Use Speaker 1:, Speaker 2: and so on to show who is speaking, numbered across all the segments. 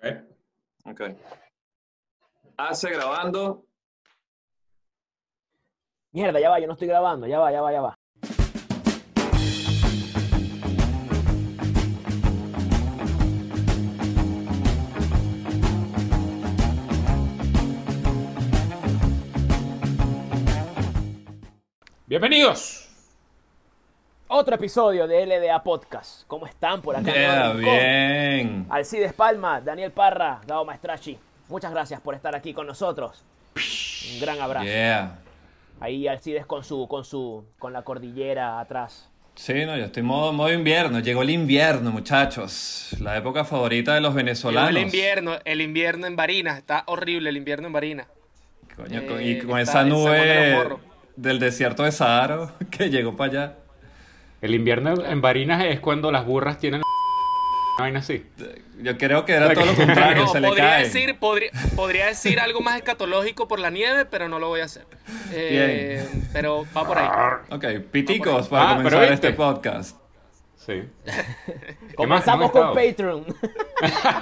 Speaker 1: Ok.
Speaker 2: Ok. Hace grabando.
Speaker 3: Mierda, ya va, yo no estoy grabando, ya va, ya va, ya va.
Speaker 1: Bienvenidos.
Speaker 3: Otro episodio de LDA Podcast. ¿Cómo están por acá?
Speaker 1: Yeah,
Speaker 3: Con
Speaker 1: bien.
Speaker 3: Alcides Palma, Daniel Parra, Gao Maestrachi. Muchas gracias por estar aquí con nosotros. Un gran abrazo.
Speaker 1: Yeah.
Speaker 3: Ahí Alcides con su, con su, con la cordillera atrás.
Speaker 1: Sí, no, yo estoy modo, modo invierno. Llegó el invierno, muchachos. La época favorita de los
Speaker 4: Llegó
Speaker 1: venezolanos.
Speaker 4: el invierno, el invierno en Barinas, está horrible el invierno en Barinas.
Speaker 1: Coño,
Speaker 4: Eh,
Speaker 1: con- y con
Speaker 4: está
Speaker 1: esa
Speaker 4: el San Juan de los
Speaker 1: nube
Speaker 4: Morros.
Speaker 1: del desierto de Sahara que llegó para allá.
Speaker 5: El invierno en Barinas es cuando las burras tienen una vaina así.
Speaker 1: Yo creo que era todo lo
Speaker 4: Pero
Speaker 1: contrario,
Speaker 4: no,
Speaker 1: se le
Speaker 4: podría,
Speaker 1: cae.
Speaker 4: decir, podría, podría decir algo más escatológico por la nieve, pero no lo voy a hacer. Eh, pero va por ahí.
Speaker 1: Ok, piticos para
Speaker 5: Ah, pero
Speaker 1: comenzar
Speaker 5: viste.
Speaker 1: este podcast.
Speaker 5: Sí. más? ¿Cómo
Speaker 3: Comenzamos con
Speaker 5: estaba?
Speaker 3: Patreon.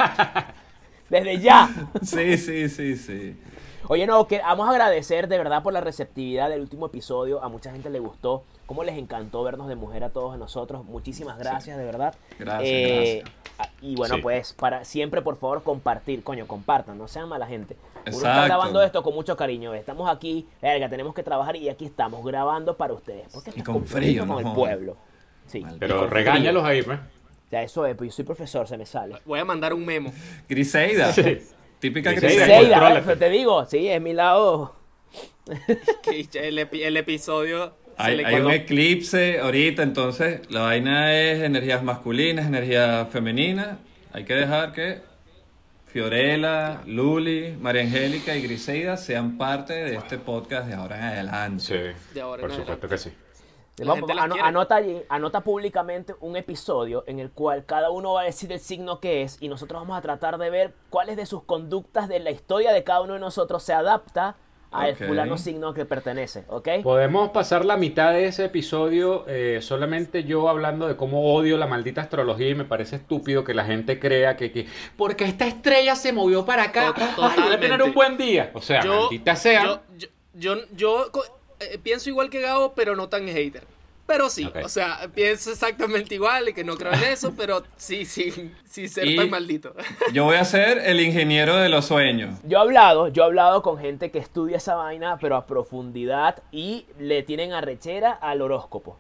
Speaker 3: Desde ya.
Speaker 1: Sí, sí, sí, sí.
Speaker 3: Oye, no, que vamos a agradecer de verdad por la receptividad del último episodio. A mucha gente le gustó. Cómo les encantó vernos de mujer a todos nosotros. Muchísimas gracias, de verdad. Eh,
Speaker 1: Gracias,
Speaker 3: a- Y bueno,
Speaker 5: Sí.
Speaker 3: pues para siempre, por favor, compartir. Coño, compartan, no sean mala gente. Uno está
Speaker 1: Exacto.
Speaker 3: grabando esto con mucho cariño. Estamos aquí, verga, tenemos que trabajar y aquí estamos grabando para ustedes. Porque
Speaker 1: Y
Speaker 3: estás
Speaker 1: con
Speaker 3: comprometido
Speaker 1: frío, no
Speaker 3: Con el
Speaker 1: jodas.
Speaker 3: pueblo. Sí.
Speaker 1: Maldito.
Speaker 5: Pero
Speaker 3: con frío.
Speaker 5: regáñalos ahí, pues.
Speaker 3: O sea, eso es, pues, yo soy profesor, se me sale.
Speaker 4: Voy a mandar un memo.
Speaker 1: Griseida.
Speaker 5: Sí.
Speaker 1: Típica
Speaker 5: Griseida.
Speaker 1: Griseida.
Speaker 3: Seida,
Speaker 5: contrólate.
Speaker 3: pero te digo, sí, es mi lado.
Speaker 4: Que el, epi- el episodio se
Speaker 1: Hay,
Speaker 4: le
Speaker 1: hay un
Speaker 4: coló.
Speaker 1: eclipse ahorita, entonces la vaina es energías masculinas, energías femeninas. Hay que dejar que Fiorella, Luli, María Angélica y Griseida sean parte de este podcast de ahora en adelante.
Speaker 5: Sí.
Speaker 4: De ahora
Speaker 5: Por
Speaker 4: en
Speaker 5: supuesto que sí.
Speaker 4: La gente
Speaker 3: Vamos,
Speaker 4: las
Speaker 3: ano-
Speaker 4: quiere.
Speaker 3: anota, allí- anota públicamente un episodio en el cual cada uno va a decir el signo que es y nosotros vamos a tratar de ver cuáles de sus conductas de la historia de cada uno de nosotros se adapta al
Speaker 1: Ok.
Speaker 3: fulano signo que pertenece, ¿ok?
Speaker 5: Podemos pasar la mitad de ese episodio eh, solamente yo hablando de cómo odio la maldita astrología y me parece estúpido que la gente crea que, que porque esta estrella se movió para acá,
Speaker 4: To-
Speaker 5: ay, voy a tener
Speaker 4: totalmente.
Speaker 5: un buen día. O sea,
Speaker 4: Yo,
Speaker 5: maldita sea.
Speaker 4: yo, yo, yo- yo co- eh, pienso igual que Gabo, pero no tan hater. Pero sí,
Speaker 5: Ok.
Speaker 4: o sea, pienso exactamente igual y que no creo en eso, pero sí, sí, sí ser
Speaker 1: Y-
Speaker 4: tan maldito.
Speaker 1: Yo voy a ser el ingeniero de los sueños.
Speaker 3: Yo he hablado, yo he hablado con gente que estudia esa vaina, pero a profundidad y le tienen arrechera al horóscopo.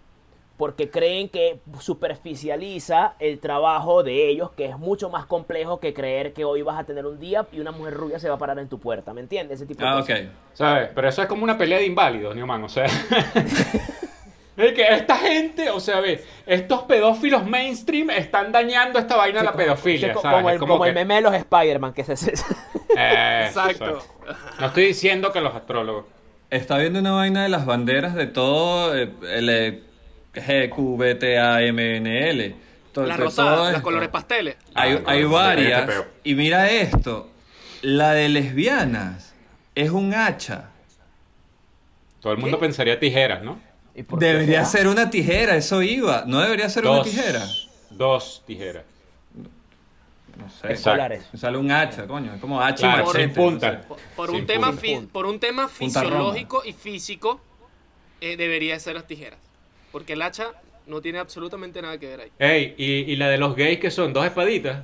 Speaker 3: Porque creen que superficializa el trabajo de ellos, que es mucho más complejo que creer que hoy vas a tener un día y una mujer rubia se va a parar en tu puerta. ¿Me entiendes? Ese tipo de
Speaker 1: Ah, ok.
Speaker 3: cosas.
Speaker 5: ¿Sabes? Pero eso es como una pelea de inválidos, Newman. O sea. Es que esta gente, o sea, ve, estos pedófilos mainstream están dañando esta vaina de la
Speaker 3: Sí,
Speaker 5: pedofilia,
Speaker 3: co-
Speaker 5: ¿sabes?
Speaker 3: como el,
Speaker 5: Es como
Speaker 3: como el
Speaker 5: que-
Speaker 3: meme de los Spider-Man, que se, se- se-
Speaker 5: Eh,
Speaker 4: Exacto.
Speaker 5: ¿sabes? No estoy diciendo que los astrólogos.
Speaker 1: Está viendo una vaina de las banderas de todo eh, el GQBTAMNL. Todo-
Speaker 4: Las
Speaker 1: de todo
Speaker 4: rosadas, los
Speaker 1: esto.
Speaker 4: colores pasteles.
Speaker 1: Hay,
Speaker 5: Ah,
Speaker 1: hay
Speaker 5: claro,
Speaker 1: varias.
Speaker 5: este peo.
Speaker 1: Y mira esto. La de lesbianas es un hacha.
Speaker 5: Todo el mundo pensaría tijeras, ¿no?
Speaker 3: ¿Y por qué
Speaker 1: Debería
Speaker 3: será?
Speaker 1: ser una tijera, eso iba. No debería ser una tijera.
Speaker 5: Dos tijeras.
Speaker 1: No sé.
Speaker 5: Exacto.
Speaker 3: Dólares.
Speaker 1: Me Sale un hacha, coño. Es como hacha y
Speaker 5: Claro,
Speaker 1: machete.
Speaker 5: sin punta.
Speaker 1: no sé.
Speaker 4: Por, por
Speaker 5: Sin
Speaker 4: un, tema
Speaker 3: punta.
Speaker 4: fi- por un tema
Speaker 1: Punta
Speaker 4: fisiológico y físico, eh, debería ser las tijeras. Porque el hacha no tiene absolutamente nada que ver ahí.
Speaker 5: Ey, y, y la de los gays que son dos espaditas.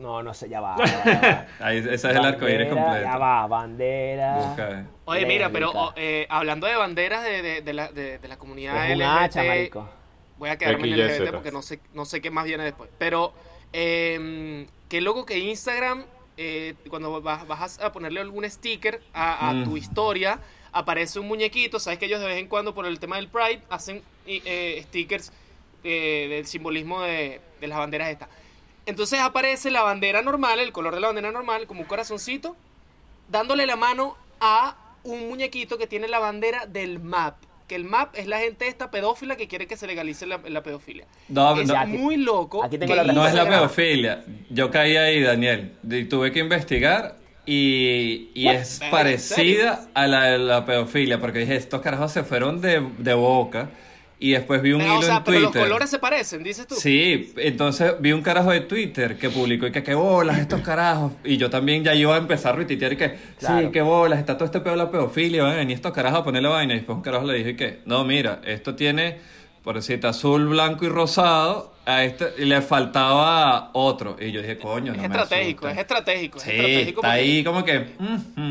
Speaker 3: No, no sé, ya va. Ya va, ya va.
Speaker 1: Ahí, ese es el arco iris
Speaker 3: Bandera,
Speaker 1: completo.
Speaker 3: Ya va, bandera.
Speaker 1: Busca, eh.
Speaker 4: Oye, mira, pero
Speaker 3: Lésbica.
Speaker 4: oh, eh, hablando de banderas de, de- de la, de- de la comunidad
Speaker 3: Es un
Speaker 4: LGBT,
Speaker 3: hacha, marico.
Speaker 4: voy a quedarme en el
Speaker 5: XYZ.
Speaker 4: LGBT porque no sé, no sé qué más viene después. Pero, eh, qué loco que Instagram, eh, cuando vas, vas a ponerle algún sticker a, a
Speaker 1: Mm.
Speaker 4: tu historia, aparece un muñequito. Sabes que ellos de vez en cuando, por el tema del Pride, hacen y, eh, stickers eh, del simbolismo de, de las banderas estas. Entonces aparece la bandera normal, el color de la bandera normal, como un corazoncito, dándole la mano a un muñequito que tiene la bandera del MAP. Que el MAP es la gente esta pedófila que quiere que se legalice la, la pedofilia.
Speaker 1: No,
Speaker 4: es
Speaker 1: no-
Speaker 3: aquí-
Speaker 4: muy loco.
Speaker 3: aquí tengo
Speaker 4: que
Speaker 3: la
Speaker 1: no es la
Speaker 4: Instagram-
Speaker 1: pedofilia. Yo caí ahí, Daniel. Y tuve que investigar. Y, y es
Speaker 4: ¿En
Speaker 1: parecida a la de la pedofilia. Porque dije, estos carajos se fueron de, de boca. y después vi un
Speaker 4: Ah,
Speaker 1: hilo
Speaker 4: o sea,
Speaker 1: en
Speaker 4: pero
Speaker 1: Twitter.
Speaker 4: los colores se parecen, dices tú.
Speaker 1: Sí, entonces vi un carajo de Twitter que publicó y que qué bolas estos carajos. Y yo también ya iba a empezar a retuitear y que sí,
Speaker 3: Claro.
Speaker 1: qué bolas, está todo este pedo de la pedofilia, van a venir estos carajos a poner la vaina. Y después un carajo le dijo y que no, mira, esto tiene, por decirte, azul, blanco y rosado. A este y le faltaba otro. Y yo dije, coño, no
Speaker 4: es,
Speaker 1: me
Speaker 4: estratégico, es
Speaker 1: asustes".
Speaker 4: estratégico, es
Speaker 1: Sí,
Speaker 4: estratégico.
Speaker 1: está
Speaker 4: porque-
Speaker 1: ahí como que mm,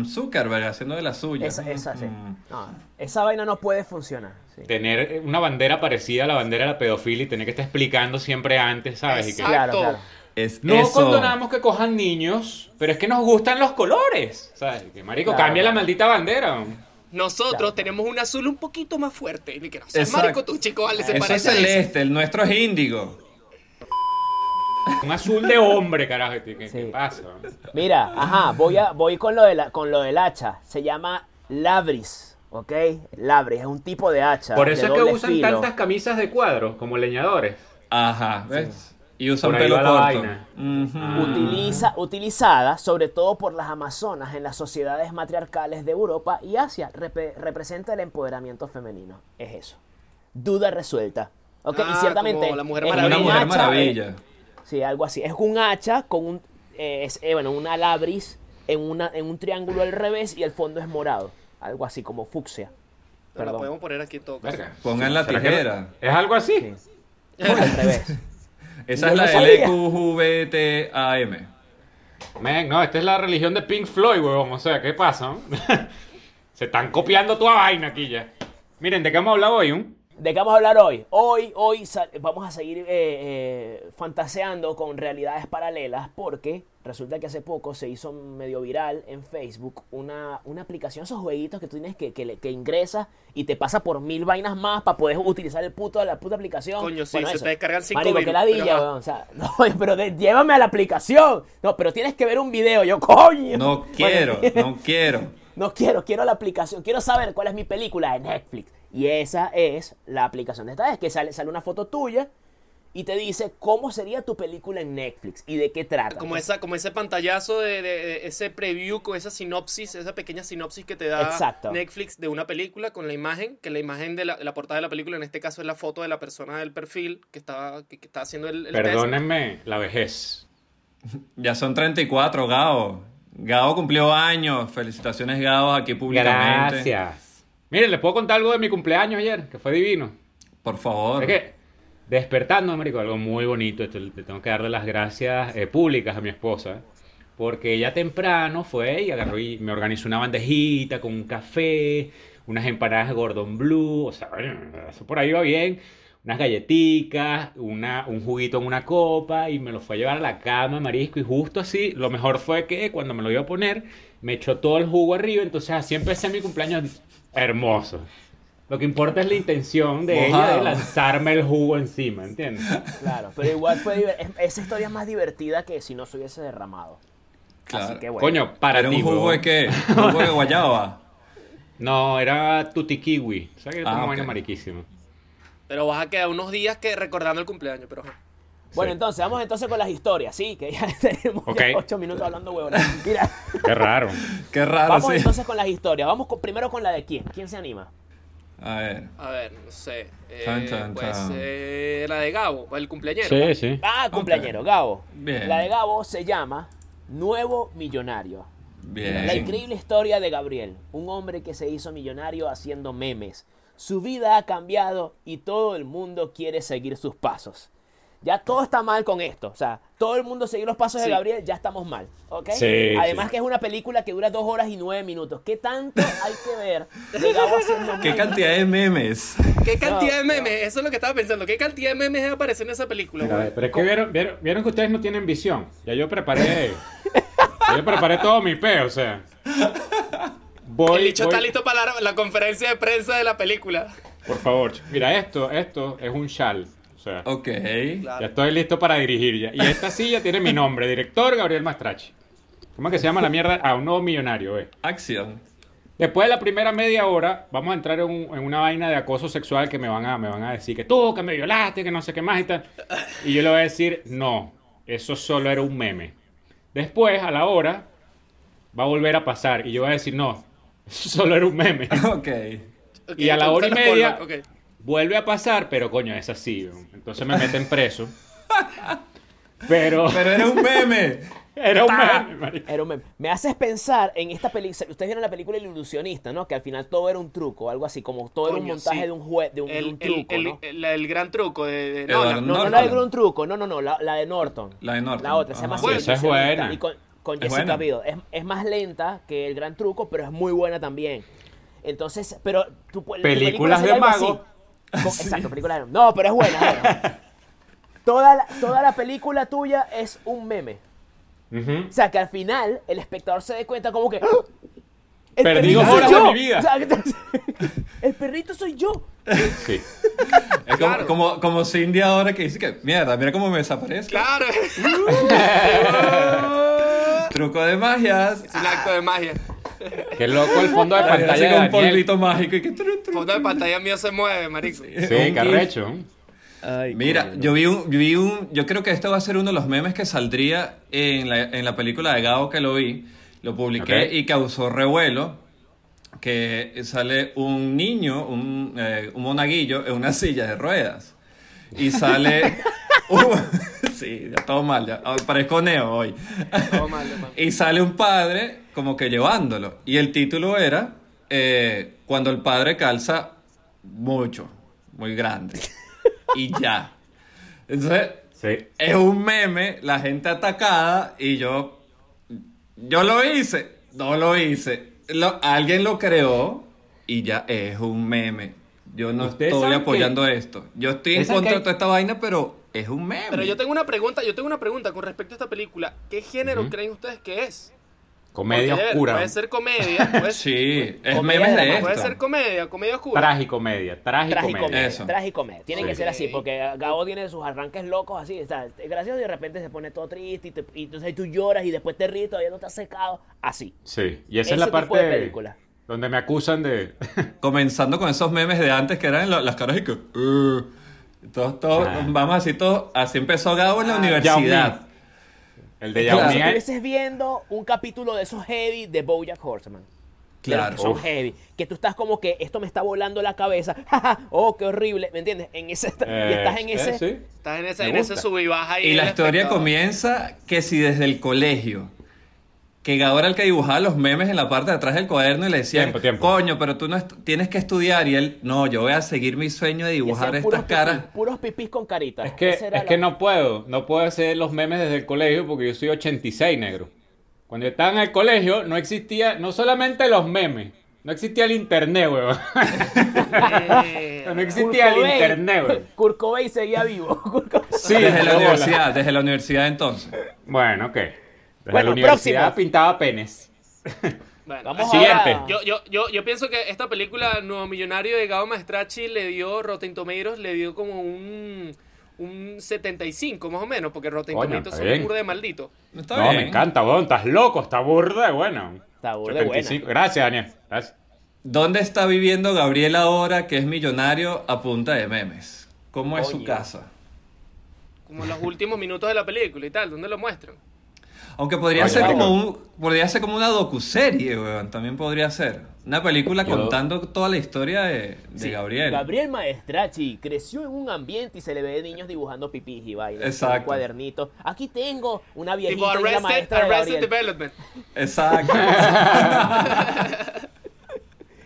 Speaker 1: mm, Zuckerberg haciendo de la suya.
Speaker 3: Esa, esa, sí.
Speaker 1: Mm.
Speaker 3: No, esa vaina no puede funcionar. sí.
Speaker 5: Tener una bandera parecida a la bandera de la pedofilia y tener que estar explicando siempre antes, ¿sabes? Y que-
Speaker 4: Exacto.
Speaker 3: Claro, claro.
Speaker 1: Es
Speaker 5: No
Speaker 1: eso.
Speaker 5: condonamos que cojan niños, pero es que nos gustan los colores, ¿sabes? Que marico,
Speaker 3: Claro.
Speaker 5: cambia la maldita bandera.
Speaker 4: Nosotros
Speaker 3: Claro.
Speaker 4: tenemos un azul un poquito más fuerte. Y que no seas
Speaker 1: Exacto.
Speaker 4: marico tú, chico, vale, se
Speaker 1: Eso es
Speaker 4: parece.
Speaker 1: celeste, el nuestro es índigo.
Speaker 5: Un azul de hombre, carajo. ¿Qué, qué
Speaker 3: Sí.
Speaker 5: pasa?
Speaker 3: Mira, ajá, voy, a, voy con, lo de la- con lo del hacha. Se llama labris, ¿ok? Labris, es un tipo de hacha.
Speaker 5: Por eso
Speaker 3: de
Speaker 5: es que
Speaker 3: doble
Speaker 5: usan
Speaker 3: filo.
Speaker 5: tantas camisas de cuadros, como leñadores.
Speaker 1: Ajá, ¿ves? Y usan
Speaker 5: Por ahí
Speaker 1: pelo
Speaker 5: va la
Speaker 1: corto.
Speaker 5: vaina.
Speaker 1: Ujú.
Speaker 5: Ah.
Speaker 3: Utiliza, utilizada sobre todo por las amazonas en las sociedades matriarcales de Europa y Asia. Repe- representa el empoderamiento femenino. Es eso. Duda resuelta. ¿ok?
Speaker 4: Ah,
Speaker 3: y ciertamente.
Speaker 4: como la Mujer
Speaker 3: es
Speaker 1: Como una
Speaker 4: Maravilla.
Speaker 3: un
Speaker 1: mujer
Speaker 3: hacha,
Speaker 1: maravilla.
Speaker 3: eh, sí, algo así. Es un hacha con un. eh, es, eh, bueno, una labris en, una, en un triángulo al revés y el fondo es morado. Algo así como fucsia.
Speaker 4: Pero la
Speaker 3: Perdón.
Speaker 4: podemos poner aquí en todo caso.
Speaker 5: Verga.
Speaker 1: Pongan la
Speaker 5: ¿Será que no?
Speaker 1: tijera.
Speaker 5: Es algo así.
Speaker 3: Sí. Al revés.
Speaker 1: Esa
Speaker 3: Yo
Speaker 1: es
Speaker 3: no
Speaker 1: la
Speaker 3: sabía.
Speaker 1: LQVTAM.
Speaker 5: Man, no, esta es la religión de Pink Floyd, huevón. O sea, ¿qué pasa? no? Se están copiando toda vaina aquí ya. Miren, ¿de qué hemos hablado hoy? un?
Speaker 3: ¿De qué vamos a hablar hoy? Hoy, hoy sal- vamos a seguir eh, eh, fantaseando con realidades paralelas porque resulta que hace poco se hizo medio viral en Facebook una, una aplicación, esos jueguitos que tú tienes que, que, le- que ingresas y te pasa por mil vainas más para poder utilizar el puto, la puta aplicación.
Speaker 4: Coño, sí,
Speaker 3: Bueno,
Speaker 4: se
Speaker 3: eso.
Speaker 4: te descargan cinco
Speaker 3: Marico, que
Speaker 4: virus,
Speaker 3: la
Speaker 4: pero
Speaker 3: villa,
Speaker 4: ajá.
Speaker 3: weón. O sea, no, pero de- llévame a la aplicación. No, pero tienes que ver un video, yo coño.
Speaker 1: No
Speaker 3: Bueno,
Speaker 1: quiero, no quiero.
Speaker 3: no quiero, quiero la aplicación, quiero saber cuál es mi película de Netflix. Y esa es la aplicación de esta vez, que sale, sale una foto tuya y te dice cómo sería tu película en Netflix y de qué trata.
Speaker 4: Como, esa, como ese pantallazo de, de- de ese preview con esa sinopsis, esa pequeña sinopsis que te da
Speaker 3: Exacto.
Speaker 4: Netflix de una película con la imagen, que la imagen de la, la portada de la película en este caso es la foto de la persona del perfil que está, que, que está haciendo el, el test.
Speaker 5: Perdónenme la vejez.
Speaker 1: Ya son 34, Gao. Gao cumplió años. Felicitaciones, Gao, aquí públicamente.
Speaker 5: Gracias. Miren, les puedo contar algo de mi cumpleaños ayer, que fue divino.
Speaker 1: Por favor.
Speaker 5: Es que despertando, marico, algo muy bonito. esto le tengo que darle las gracias eh, públicas a mi esposa. Porque ella temprano fue y agarró y me organizó una bandejita con un café, unas empanadas de Gordon Blue, o sea, bueno, eso por ahí va bien, unas galletitas, una, un juguito en una copa y me lo fue a llevar a la cama, marisco, y justo así, lo mejor fue que cuando me lo iba a poner, me echó todo el jugo arriba, entonces así empecé mi cumpleaños hermoso. Lo que importa es la intención de ella de
Speaker 1: Mojado.
Speaker 5: lanzarme el jugo encima, ¿entiendes?
Speaker 3: Claro, pero igual fue diver- es- esa historia es más divertida que si no se hubiese derramado. Así que bueno.
Speaker 5: Coño, para
Speaker 1: ¿Era
Speaker 5: ti.
Speaker 1: un jugo
Speaker 5: huevón.
Speaker 1: de qué? ¿Un jugo de guayaba?
Speaker 5: No, era tutikiwi. O sea que yo
Speaker 1: Ah,
Speaker 5: tomo
Speaker 1: ok.
Speaker 5: vaina mariquísima.
Speaker 4: Pero vas a quedar unos días que recordando el cumpleaños, pero ajá.
Speaker 3: Bueno,
Speaker 5: sí.
Speaker 3: entonces, vamos entonces con las historias, ¿sí? Que ya tenemos ya
Speaker 5: Ok.
Speaker 3: ocho minutos hablando huevonas. Mira,
Speaker 5: Qué raro.
Speaker 1: Qué raro,
Speaker 3: vamos
Speaker 1: sí.
Speaker 3: entonces con las historias. Vamos con- primero con la de quién. ¿Quién se anima?
Speaker 1: A ver.
Speaker 4: A ver, no sé. eh,
Speaker 1: Tan, tan,
Speaker 4: puede
Speaker 1: tan.
Speaker 4: ser la de Gabo, o el cumpleañero.
Speaker 5: Sí, sí.
Speaker 3: Ah, cumpleañero, Gabo.
Speaker 1: Bien.
Speaker 3: La de Gabo se llama Nuevo Millonario.
Speaker 1: Bien.
Speaker 3: La increíble historia de Gabriel, un hombre que se hizo millonario haciendo memes. Su vida ha cambiado y todo el mundo quiere seguir sus pasos. Ya todo está mal con esto. O sea, todo el mundo seguir los pasos
Speaker 4: Sí.
Speaker 3: de Gabriel, ya estamos mal. ¿Ok?
Speaker 5: Sí,
Speaker 3: Además
Speaker 5: sí.
Speaker 3: que es una película que dura dos horas y nueve minutos. ¿Qué tanto hay que ver de Gabo haciendo
Speaker 1: ¿Qué
Speaker 3: memes?
Speaker 1: cantidad de memes?
Speaker 4: ¿Qué cantidad
Speaker 3: No,
Speaker 4: de memes? Eso es lo que estaba pensando. ¿Qué cantidad de memes aparecen en esa película?
Speaker 5: Mira, a
Speaker 4: güey?
Speaker 5: ver, pero es que vieron, vieron, vieron que ustedes no tienen visión. Ya yo preparé. ya yo preparé todo mi peo, o sea. Voy,
Speaker 4: el dicho
Speaker 5: voy-
Speaker 4: está listo para la, la conferencia de prensa de la película.
Speaker 5: Por favor, chico. mira, esto, esto es un chal. O sea,
Speaker 1: Ok.
Speaker 5: ya estoy listo para dirigir ya. Y esta silla tiene mi nombre, director Gabriel Mastrachi. ¿Cómo es que se llama la mierda? A un nuevo millonario, eh.
Speaker 1: Acción.
Speaker 5: Después de la primera media hora, vamos a entrar en, un- en una vaina de acoso sexual que me van, a, me van a decir que tú, que me violaste, que no sé qué más y tal. Y yo le voy a decir, no, eso solo era un meme. Después, a la hora, va a volver a pasar y yo voy a decir, no, eso solo era un meme.
Speaker 1: Ok.
Speaker 4: Ok,
Speaker 5: Y a la hora y
Speaker 4: entonces los
Speaker 5: media-
Speaker 4: callbacks, ok.
Speaker 5: Vuelve a pasar, pero coño, es así. weón. Entonces me meten preso. Pero
Speaker 1: Pero era un meme.
Speaker 5: era un
Speaker 1: Ah.
Speaker 5: meme, marico.
Speaker 3: Era un meme. Me haces pensar en esta película. Ustedes vieron la película El Ilusionista, ¿no? Que al final todo era un truco, algo así, como todo era un
Speaker 4: Coño,
Speaker 3: montaje
Speaker 4: sí.
Speaker 3: de un juez, de un, de
Speaker 4: El,
Speaker 3: un
Speaker 4: el-
Speaker 3: truco,
Speaker 4: el-
Speaker 3: ¿no?
Speaker 4: el- el gran truco de, de
Speaker 1: Eduardo
Speaker 4: Nolan.
Speaker 3: No, no,
Speaker 1: Norton.
Speaker 3: la de Gran Truco, no, no, no, la, la de Norton.
Speaker 1: La de Norton,
Speaker 3: La otra, se llama
Speaker 1: ajá.
Speaker 3: así,
Speaker 5: Ah, Sí, esa
Speaker 3: El
Speaker 5: es
Speaker 3: Ilusionista,
Speaker 5: buena.
Speaker 3: Y con, con
Speaker 1: Es
Speaker 3: Jessica
Speaker 1: buena.
Speaker 3: Biel. Es, es más lenta que El Gran Truco, pero es muy buena también. Entonces, pero tú pu- tu película
Speaker 5: Películas de
Speaker 3: sería algo
Speaker 5: mago.
Speaker 3: así. Con- Exacto, películas de No, pero es buena. es buena. toda, la, toda la película tuya es un meme.
Speaker 5: Ujú.
Speaker 3: O sea, que al final el espectador se dé cuenta como que... ¡Ah! El
Speaker 5: Perdí dos
Speaker 3: perrito soy
Speaker 5: horas de
Speaker 3: yo!
Speaker 5: mi vida.
Speaker 3: O sea, entonces, el perrito soy yo.
Speaker 5: Sí.
Speaker 1: Es como,
Speaker 4: Claro.
Speaker 1: como, como Cindy ahora que dice que, mierda, mira cómo me desaparezco.
Speaker 4: Claro, es
Speaker 1: Truco de magias.
Speaker 4: un acto de magia.
Speaker 5: Qué loco el fondo de
Speaker 1: Ah, así
Speaker 5: pantalla de
Speaker 1: con un
Speaker 5: Daniel.
Speaker 1: polvito mágico y que tru, tru,
Speaker 4: Fondo de
Speaker 1: tru.
Speaker 4: pantalla mío se mueve, marico.
Speaker 5: Sí,
Speaker 1: Un
Speaker 5: carrecho.
Speaker 1: Mira, yo vi, un, yo vi un. Yo creo que este va a ser uno de los memes que saldría en la, en la película de Gao que lo vi. Lo publiqué
Speaker 5: Ok.
Speaker 1: y causó revuelo. Que sale un niño, un, eh, un monaguillo, en una silla de ruedas. Y sale. un- sí, ya todo mal, ya. Ah, Parezco neo hoy.
Speaker 4: Todo mal, hermano.
Speaker 1: Y sale un padre como que llevándolo. Y el título era eh, Cuando el padre calza mucho, muy grande. Y ya. Entonces,
Speaker 5: Sí.
Speaker 1: es un meme, la gente atacada y yo... Yo lo hice, no lo hice. Lo- alguien lo creó y ya es un meme. Yo no
Speaker 5: Ustedes
Speaker 1: estoy
Speaker 5: saben que-
Speaker 1: apoyando esto. Yo estoy en
Speaker 5: Ustedes saben
Speaker 1: contra de
Speaker 5: que hay-
Speaker 1: toda esta vaina, pero es un meme.
Speaker 4: Pero yo tengo una pregunta, yo tengo una pregunta con respecto a esta película. ¿Qué género
Speaker 5: Ujú.
Speaker 4: creen ustedes que es?
Speaker 5: Comedia
Speaker 4: Porque, a ver,
Speaker 5: oscura.
Speaker 4: Puede ser comedia, puede,
Speaker 1: Sí, es
Speaker 3: Comedia
Speaker 1: memes
Speaker 3: de
Speaker 1: de
Speaker 3: la-
Speaker 1: esto.
Speaker 4: puede ser comedia, comedia oscura.
Speaker 5: Trágicomedia. Trágicomedia.
Speaker 3: Trágicomedia.
Speaker 1: Eso.
Speaker 3: Trágicomedia. Tiene
Speaker 5: Sí.
Speaker 3: que ser así,
Speaker 4: Ok.
Speaker 3: porque Gabo tiene sus arranques locos así. O sea, es gracioso y de repente se pone todo triste y, te- y entonces ahí tú lloras y después te ríes todavía no te has secado. Así.
Speaker 5: Sí. Y esa es
Speaker 3: Ese
Speaker 5: la
Speaker 3: tipo
Speaker 5: parte
Speaker 3: de película.
Speaker 5: donde me acusan de.
Speaker 1: Comenzando con esos memes de antes que eran lo- las caras y que. "Eh". todos, todos,
Speaker 5: Ah.
Speaker 1: Vamos así, todos. Así empezó Gabo en la universidad.
Speaker 5: El de
Speaker 1: Claro.
Speaker 5: Yao
Speaker 3: Como si
Speaker 5: Ming.
Speaker 3: estuvieses viendo un capítulo de esos heavy de Bojack Horseman. de los
Speaker 1: Claro.
Speaker 3: que son
Speaker 5: Uf.
Speaker 3: heavy. Que tú estás como que esto me está volando la cabeza. jaja, oh, qué horrible. ¿Me entiendes? En ese, y estás en
Speaker 5: Eh,
Speaker 3: ese.
Speaker 5: sí.
Speaker 4: Estás en ese,
Speaker 5: Me
Speaker 4: en ese
Speaker 5: gusta.
Speaker 4: sub y baja ahí
Speaker 1: Y la
Speaker 4: del
Speaker 1: historia
Speaker 4: espectador.
Speaker 1: comienza que si desde el colegio. Que Gabo era el que dibujaba los memes en la parte de atrás del cuaderno y le decían,
Speaker 5: Tiempo, tiempo.
Speaker 1: coño, pero tú no est- tienes que estudiar. Y él, no, yo voy a seguir mi sueño de
Speaker 3: y
Speaker 1: dibujar
Speaker 3: hacían
Speaker 1: estas
Speaker 3: puros
Speaker 1: caras.
Speaker 3: pipí- puros pipís con caritas.
Speaker 5: Es que,
Speaker 3: Esa era
Speaker 5: es que
Speaker 3: la-
Speaker 5: no puedo, no puedo hacer los memes desde el colegio porque yo soy 86 negro. Cuando yo estaba en el colegio no existía, no solamente los memes, no existía el internet, weón.
Speaker 4: Eh,
Speaker 5: No
Speaker 3: Kurt
Speaker 5: existía el
Speaker 3: Cobain-
Speaker 5: internet, weón.
Speaker 3: Kurt Cobain seguía vivo. Kurt Cobain-
Speaker 5: Sí,
Speaker 1: desde la
Speaker 5: hola.
Speaker 1: universidad, desde la universidad entonces.
Speaker 5: Bueno, ok. Desde
Speaker 3: Bueno,
Speaker 5: la universidad
Speaker 3: próximo.
Speaker 5: pintaba penes.
Speaker 4: bueno,
Speaker 3: Vamos
Speaker 5: Siguiente.
Speaker 3: ahora.
Speaker 4: Yo, yo, yo, yo pienso que esta película Nuevo Millonario de Gabo Maestrachi le dio Rotten Tomatoes, le dio como un, un 75 más o menos, porque Rotten
Speaker 5: Coño,
Speaker 4: Tomatoes
Speaker 5: está
Speaker 4: son
Speaker 5: bien.
Speaker 4: un burro de maldito.
Speaker 1: Está
Speaker 5: no,
Speaker 1: bien.
Speaker 5: me encanta, weón. Estás loco, está burda, bueno.
Speaker 3: Está burda de buena.
Speaker 5: Gracias, Daniel. Gracias.
Speaker 1: ¿Dónde está viviendo Gabriel ahora que es millonario a punta de memes? ¿Cómo es su
Speaker 3: Coño.
Speaker 1: casa?
Speaker 4: Como los últimos minutos de la película y tal, ¿dónde lo muestran?
Speaker 1: Aunque podría
Speaker 5: Oye,
Speaker 1: ser
Speaker 5: marico.
Speaker 1: como un, podría ser como una docuserie, weón, también podría ser. Una película
Speaker 5: Yo-
Speaker 1: contando toda la historia de, de
Speaker 3: Sí,
Speaker 1: Gabriel.
Speaker 3: Gabriel Maestrachi creció en un ambiente y se le ve niños dibujando pipis y vainas.
Speaker 1: Exacto.
Speaker 3: Un cuadernito. Aquí tengo una
Speaker 4: Tipo
Speaker 3: viejita y una
Speaker 4: Arrested,
Speaker 3: maestra de
Speaker 4: Arrested
Speaker 3: Gabriel.
Speaker 4: Development.
Speaker 1: Exacto.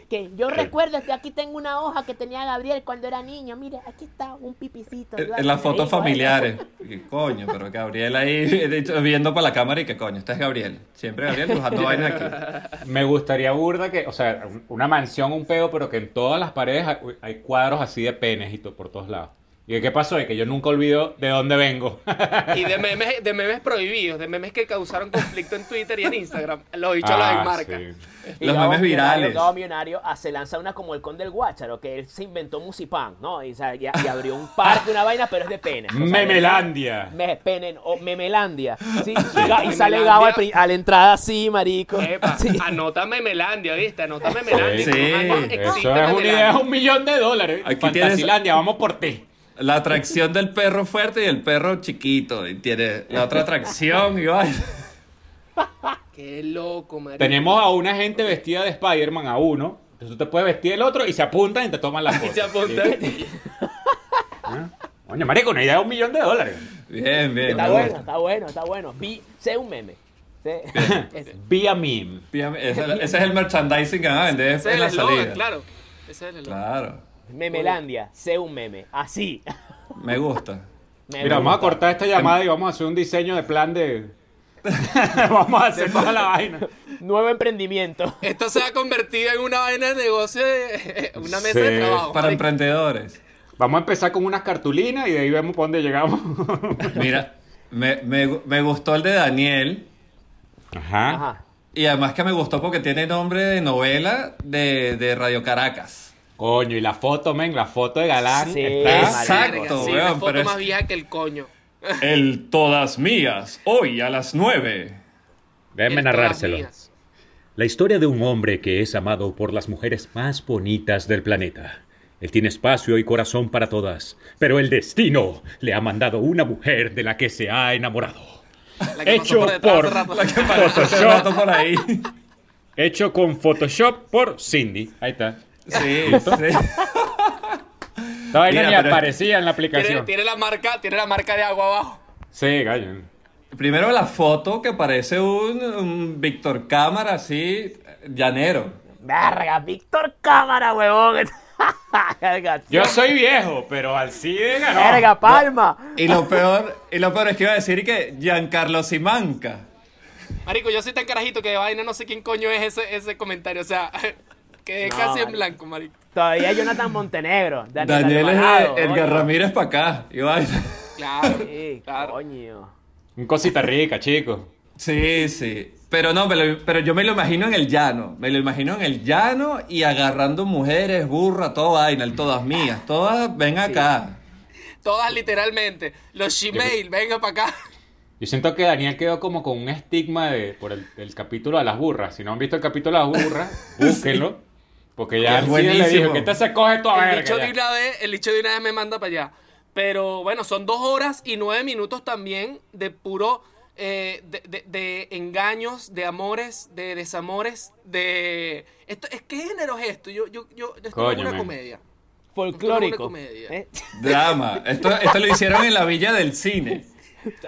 Speaker 6: Que yo recuerdo que aquí tengo una hoja que tenía Gabriel cuando era niño. Mire, aquí está un pipicito.
Speaker 1: en
Speaker 6: Yo
Speaker 1: en las
Speaker 6: aquí me
Speaker 1: fotos
Speaker 6: digo,
Speaker 1: familiares. Que coño, pero Gabriel ahí de hecho, viendo para la cámara y que coño, este es Gabriel. Siempre Gabriel dibujando vainas aquí.
Speaker 5: Me gustaría burda que, o sea, un- una mansión, un pedo, pero que en todas las paredes hay, hay cuadros así de penes y to- por todos lados. ¿Y qué pasó? Es que yo nunca olvido de dónde vengo.
Speaker 4: Y de memes, de memes prohibidos, de memes que causaron conflicto en Twitter y en Instagram. Los dicho
Speaker 5: Ah,
Speaker 4: los enmarcan.
Speaker 5: sí.
Speaker 3: Y
Speaker 1: Los
Speaker 3: Gabo
Speaker 1: memes
Speaker 3: Millonario-
Speaker 1: virales.
Speaker 3: Gabo Millonario ah, se lanza una como el conde del Guácharo, que él se inventó Musipán, ¿no? Y, o sea, y- y abrió un parque, una vaina, pero es de pene. O sea,
Speaker 5: Memelandia.
Speaker 3: Me, pene, o Memelandia. Sí, y Ga- y sale Gabo al pri- a la entrada así, marico.
Speaker 4: Epa,
Speaker 3: Sí.
Speaker 4: anótame Melandia, ¿viste? Anótame Melandia.
Speaker 1: Sí,
Speaker 5: Eso es una idea, es un millón de dólares.
Speaker 1: Aquí
Speaker 5: Fantasilandia, vamos por ti.
Speaker 1: La atracción del perro fuerte y el perro chiquito. Y tiene la otra atracción y vaina.
Speaker 4: Qué loco, marico.
Speaker 5: Tenemos a una gente vestida de Spider-Man, a uno, Entonces tú te puedes vestir el otro y se apuntan y te toman las
Speaker 4: Y
Speaker 5: cosas.
Speaker 4: se apunta.
Speaker 5: ¿Ah? Oye, marico, una idea de un millón de dólares.
Speaker 1: Bien, bien.
Speaker 3: Está
Speaker 1: me
Speaker 3: bueno,
Speaker 1: gusta.
Speaker 3: está bueno, está bueno. Vi, sé un meme. Sé- es-
Speaker 5: Vía meme.
Speaker 1: Píame- esa- Ese, es el merchandising que van a vender
Speaker 4: Ese es
Speaker 1: en
Speaker 4: el
Speaker 1: la
Speaker 4: eslogan,
Speaker 1: salida.
Speaker 4: claro. Ese es el eslogan.
Speaker 1: Claro.
Speaker 3: Memelandia, sé un meme. Así.
Speaker 1: Me gusta.
Speaker 3: Me
Speaker 5: Mira, vamos a
Speaker 3: gusta.
Speaker 5: cortar esta llamada y vamos a hacer un diseño de plan de. vamos a hacer toda la vaina.
Speaker 3: Nuevo emprendimiento.
Speaker 4: Esto se ha convertido en una vaina de negocio, de- una mesa
Speaker 5: Sí.
Speaker 4: de trabajo.
Speaker 1: Para emprendedores.
Speaker 5: Vamos a empezar con unas cartulinas y de ahí vemos por dónde llegamos.
Speaker 1: Mira, me, me, me gustó el de Daniel.
Speaker 5: Ajá.
Speaker 3: Ajá.
Speaker 1: Y además que me gustó porque tiene nombre de novela de, de Radio Caracas.
Speaker 5: Coño, y la foto, men, la foto de Galán.
Speaker 3: Sí.
Speaker 5: está-
Speaker 1: Exacto,
Speaker 4: Verga, sí,
Speaker 1: weón,
Speaker 4: una foto
Speaker 1: pero es-
Speaker 4: más vieja que el coño.
Speaker 1: El Todas Mías, hoy a las 9.
Speaker 5: Déjenme
Speaker 4: El todas
Speaker 5: narrárselo.
Speaker 4: mías.
Speaker 5: La historia de un hombre que es amado por las mujeres más bonitas del planeta. Él tiene espacio y corazón para todas, pero el destino le ha mandado una mujer de la que se ha enamorado.
Speaker 4: La que pasó
Speaker 5: Hecho
Speaker 4: detrás
Speaker 5: por-
Speaker 4: hace rato.
Speaker 1: La que aparece hace rato por ahí.
Speaker 5: Hecho con Photoshop por Cindy. Ahí está.
Speaker 1: Sí, sí.
Speaker 5: Esta vaina
Speaker 1: Mira,
Speaker 5: ni
Speaker 1: pero-
Speaker 5: aparecía en la
Speaker 4: Tiene,
Speaker 5: aplicación.
Speaker 4: tiene la marca, tiene la marca de agua abajo.
Speaker 5: Sí, gallo.
Speaker 1: Primero la foto que parece un, un Víctor Cámara así, llanero.
Speaker 3: Verga, Víctor Cámara, huevón. Verga,
Speaker 5: Yo soy viejo, pero Alcide ganó.
Speaker 3: Verga, Palma.
Speaker 1: Y lo peor, y lo peor es que iba a decir que Giancarlo Simanca.
Speaker 4: Marico, yo soy tan carajito que de vaina no sé quién coño es ese, ese comentario. O sea, quedé
Speaker 3: No,
Speaker 4: casi en
Speaker 3: marico.
Speaker 4: blanco, marico.
Speaker 3: Todavía Jonathan Montenegro. Daniel,
Speaker 1: Daniel es
Speaker 3: Alvarado,
Speaker 1: de Edgar
Speaker 3: coño.
Speaker 1: Ramírez para acá. Y va-
Speaker 4: Claro,
Speaker 3: Sí,
Speaker 4: claro.
Speaker 3: coño.
Speaker 5: Un cosita rica, chico.
Speaker 1: Sí, sí. Pero no, me lo- pero yo me lo imagino en el llano. Me lo imagino en el llano y agarrando mujeres, burra, toda vaina, el todas mías. Todas, ven acá.
Speaker 4: Todas literalmente. Los Gmail, venga para acá.
Speaker 5: Yo siento que Daniel quedó como con un estigma de, por el, el capítulo de las burras. Si no han visto el capítulo de las burras, búsquenlo. Porque ya
Speaker 1: Es
Speaker 5: Alcide le dijo
Speaker 1: buenísimo.
Speaker 5: que esta se coge toda
Speaker 4: El
Speaker 5: verga.
Speaker 4: dicho, de
Speaker 5: ya.
Speaker 4: una vez, el dicho de una vez me manda para allá. Pero bueno, son dos horas y nueve minutos también de puro. eh, de, de- de engaños, de amores, de desamores, de. Esto, es, ¿Qué género es esto? Yo, yo, yo, esto no es
Speaker 5: Coño,
Speaker 4: una
Speaker 5: man.
Speaker 4: comedia.
Speaker 3: Folclórico.
Speaker 4: Esto es una comedia.
Speaker 3: ¿Eh?
Speaker 1: Drama. Esto, esto lo hicieron en la villa del cine.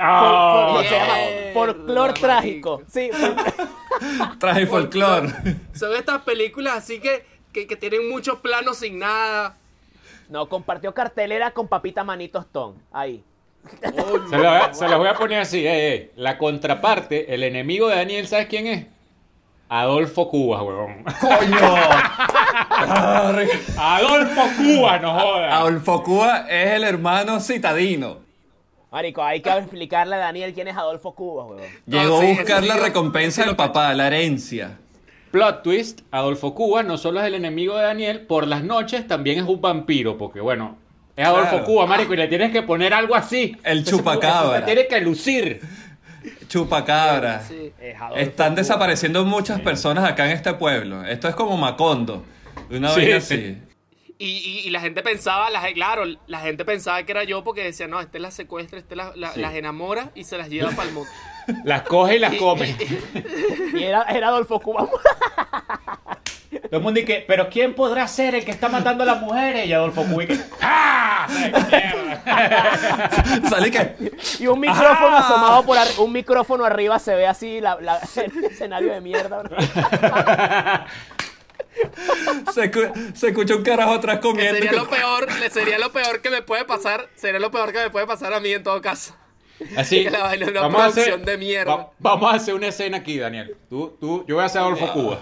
Speaker 5: Ah,
Speaker 3: Fol- fol- se
Speaker 4: yeah.
Speaker 3: llama folclor
Speaker 4: Mierda,
Speaker 3: trágico.
Speaker 4: marico.
Speaker 3: Sí,
Speaker 1: Traje folclore.
Speaker 4: Son estas películas así que, que, que tienen muchos planos sin nada.
Speaker 3: No, compartió cartelera con Papita Manitos Ton. Ahí.
Speaker 5: se, lo- se los voy a poner así. eh, eh. La contraparte, el enemigo de Daniel, ¿sabes quién es? Adolfo Cuba, huevón.
Speaker 1: ¡Coño! Ah, Arre.
Speaker 5: Adolfo Cuba, no jodas.
Speaker 1: Adolfo Cuba es el hermano citadino.
Speaker 3: Marico, hay que explicarle a Daniel quién es Adolfo Cubas, huevón.
Speaker 1: Llegó
Speaker 4: No, sí,
Speaker 1: a buscar
Speaker 4: sí,
Speaker 1: la
Speaker 4: sí,
Speaker 1: recompensa del papá, la herencia.
Speaker 5: Plot twist, Adolfo Cuba no solo es el enemigo de Daniel, por las noches también es un vampiro, porque bueno, es Adolfo
Speaker 1: Claro.
Speaker 5: Cuba, marico, y le tienes que poner algo así.
Speaker 1: El
Speaker 5: Entonces,
Speaker 1: chupacabra.
Speaker 5: eso Te tienes que lucir.
Speaker 1: Chupacabra.
Speaker 4: Sí.
Speaker 3: Es Adolfo
Speaker 1: Están
Speaker 3: Cubas.
Speaker 1: desapareciendo muchas personas acá en este pueblo. Esto es como Macondo. Una
Speaker 5: Sí.
Speaker 1: vaina así.
Speaker 4: Y, y- y la gente pensaba, la, ge- claro, la gente pensaba que era yo porque decía, no, este las secuestra, este la- la-
Speaker 5: Sí.
Speaker 4: las enamora y se las lleva para el mundo.
Speaker 5: Las coge y las come.
Speaker 3: Y era, era Adolfo Cubas.
Speaker 5: Todo el mundo dice, pero ¿quién podrá ser el que está matando a las mujeres? Y Adolfo Cuba y que, ¡Ah!
Speaker 1: Sale que.
Speaker 3: Y
Speaker 5: Ah.
Speaker 3: un micrófono asomado por ar- un micrófono arriba se ve así la, la- el escenario de mierda. bro.
Speaker 1: Se, escu- se escucha un carajo atrás
Speaker 4: Que
Speaker 1: comiendo. y
Speaker 4: sería
Speaker 1: que-
Speaker 4: lo peor, le sería lo peor que me puede pasar, sería lo peor que me puede pasar a mí en todo caso.
Speaker 5: Así,
Speaker 4: Que la vaina es una
Speaker 5: vamos a hacer-
Speaker 4: producción de mierda.
Speaker 5: va- vamos a hacer una escena aquí, Daniel. Tú, tú, yo voy a hacer Adolfo Cuba.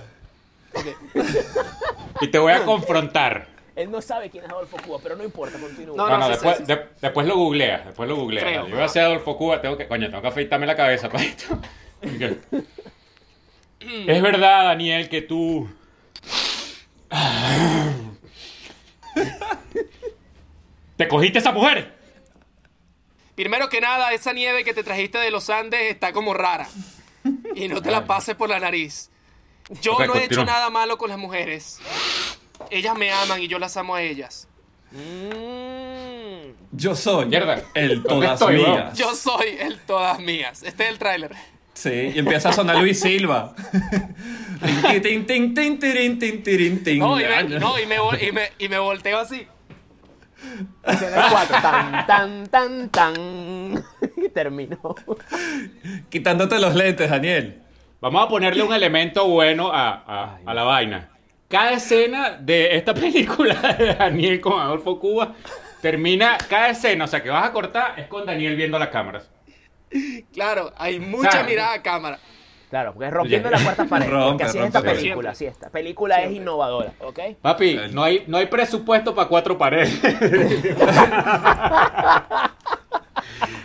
Speaker 5: Y te voy a confrontar.
Speaker 3: Él no sabe quién es Adolfo Cubas, pero no importa, continúa.
Speaker 4: No,
Speaker 5: No, no,
Speaker 4: sí,
Speaker 5: después,
Speaker 4: sí, sí,
Speaker 5: de- después lo googleas, después lo googleas.
Speaker 4: Creo.
Speaker 5: Dale, Yo voy a hacer Adolfo Cuba, tengo que, coño, tengo que afeitarme la cabeza para esto. Ok. es verdad, Daniel, que tú... ¿Te cogiste esa mujer?
Speaker 4: Primero que nada, esa nieve que te trajiste de los Andes está como rara. Y no te la pases por la nariz. Yo
Speaker 5: Ok,
Speaker 4: no he hecho
Speaker 5: continúa.
Speaker 4: nada malo con las mujeres. Ellas me aman y yo las amo a ellas.
Speaker 3: Mm.
Speaker 1: Yo soy
Speaker 5: Mierda.
Speaker 1: el
Speaker 5: ¿Dónde
Speaker 1: todas
Speaker 5: estoy, weón?
Speaker 1: mías.
Speaker 4: Yo soy el todas mías. Este es el tráiler.
Speaker 1: Sí, y empieza a sonar Luis Silva. Tin, tin, tin, tirin, tin, tirin, tin.
Speaker 4: No, y me, no, y me, vol- y me- y me volteo así.
Speaker 3: Escena cuatro, Tan, tan, tan, tan. Y terminó.
Speaker 1: Quitándote los lentes, Daniel.
Speaker 5: Vamos a ponerle un elemento bueno a, a- a la vaina. Cada escena de esta película de Daniel con Adolfo Cuba termina, cada escena, o sea, que vas a cortar, es con Daniel viendo las cámaras.
Speaker 4: Claro, hay mucha
Speaker 5: Claro.
Speaker 4: mirada a cámara.
Speaker 3: Claro, porque es rompiendo
Speaker 5: Ya.
Speaker 3: la cuarta pared.
Speaker 1: Rompe,
Speaker 3: porque así es
Speaker 1: rompe,
Speaker 3: esta
Speaker 1: rompe.
Speaker 3: película, así esta película es innovadora, ¿ok?
Speaker 5: Papi,
Speaker 1: Eh,
Speaker 5: no hay, no hay presupuesto para cuatro paredes.